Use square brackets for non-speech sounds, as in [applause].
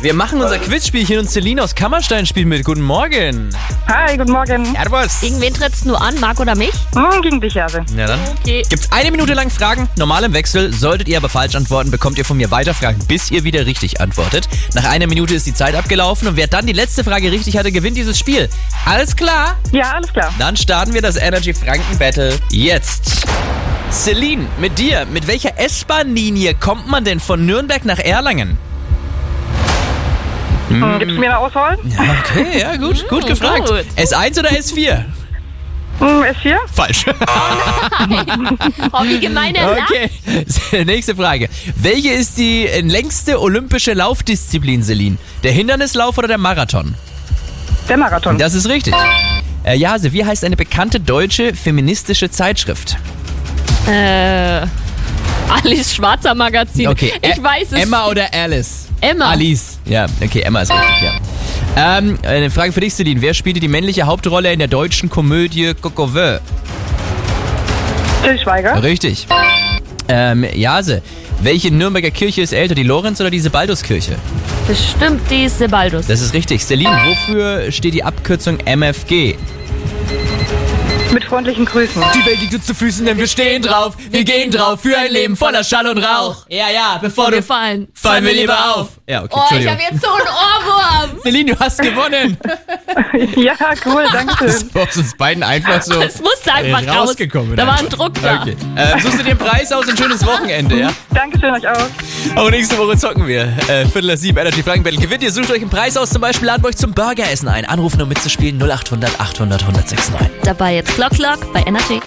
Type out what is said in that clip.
Wir machen unser Quizspielchen und Celine aus Kammerstein spielt mit. Guten Morgen. Hi, guten Morgen. Servus. Gegen wen trittst du an, Marc oder mich? Hm, gegen dich, Hase. Na dann. Okay. Gibt's eine Minute lang Fragen, normal im Wechsel. Solltet ihr aber falsch antworten, bekommt ihr von mir weiter Fragen, bis ihr wieder richtig antwortet. Nach einer Minute ist die Zeit abgelaufen und wer dann die letzte Frage richtig hatte, gewinnt dieses Spiel. Alles klar? Ja, alles klar. Dann starten wir das Energy Franken Battle jetzt. Celine, mit dir, mit welcher S-Bahn-Linie kommt man denn von Nürnberg nach Erlangen? Hm, gibst du mir eine Auswahl? Okay, ja, gut, Hm, gut gefragt. gut. S1 oder S4? Hm, S4? Falsch. Oh, wie gemein er lacht. [laughs] Okay, [laughs] nächste Frage. Welche ist die äh, längste olympische Laufdisziplin, Celine? Der Hindernislauf oder der Marathon? Der Marathon. Das ist richtig. Äh, Jase, wie heißt eine bekannte deutsche feministische Zeitschrift? Äh, Alice Schwarzer Magazin. Ä- Ich weiß es. äh, Emma oder Alice? Emma. Alice. Ja, okay, Emma ist richtig, ja. Ähm, eine Frage für dich, Celine. Wer spielte die männliche Hauptrolle in der deutschen Komödie Coco Vö? Till Schweiger. Richtig. Ähm, Jase, welche Nürnberger Kirche ist älter, die Lorenz- oder die Sebalduskirche? Bestimmt die Sebaldus. Das ist richtig. Celine, wofür steht die Abkürzung MFG? Mit freundlichen Grüßen. [laughs] Die Welt liegt uns zu Füßen, denn wir stehen drauf. Wir gehen drauf für ein Leben voller Schall und Rauch. Ja, ja, bevor Wir fallen. Ja, okay, Oh, ich Entschuldigung. habe jetzt so einen Ohrwurm. Celine, du hast [laughs] gewonnen. Ja, cool, danke schön. [laughs] war aus uns beiden einfach so [laughs] äh, Das musste einfach raus. rausgekommen. Da war ein einfach. Druck da. Okay. Äh, suchst du den Preis aus und schönes Wochenende, [laughs] ja? Dankeschön euch auch. Auch nächste Woche zocken wir. Äh, Viertel nach sieben Energy Franken Battle gewinnt. Ihr sucht euch einen Preis aus, zum Beispiel laden wir euch zum Burgeressen ein. Anrufen, um mitzuspielen 0800 800 1069. Dabei jetzt Glock Glock bei Energy.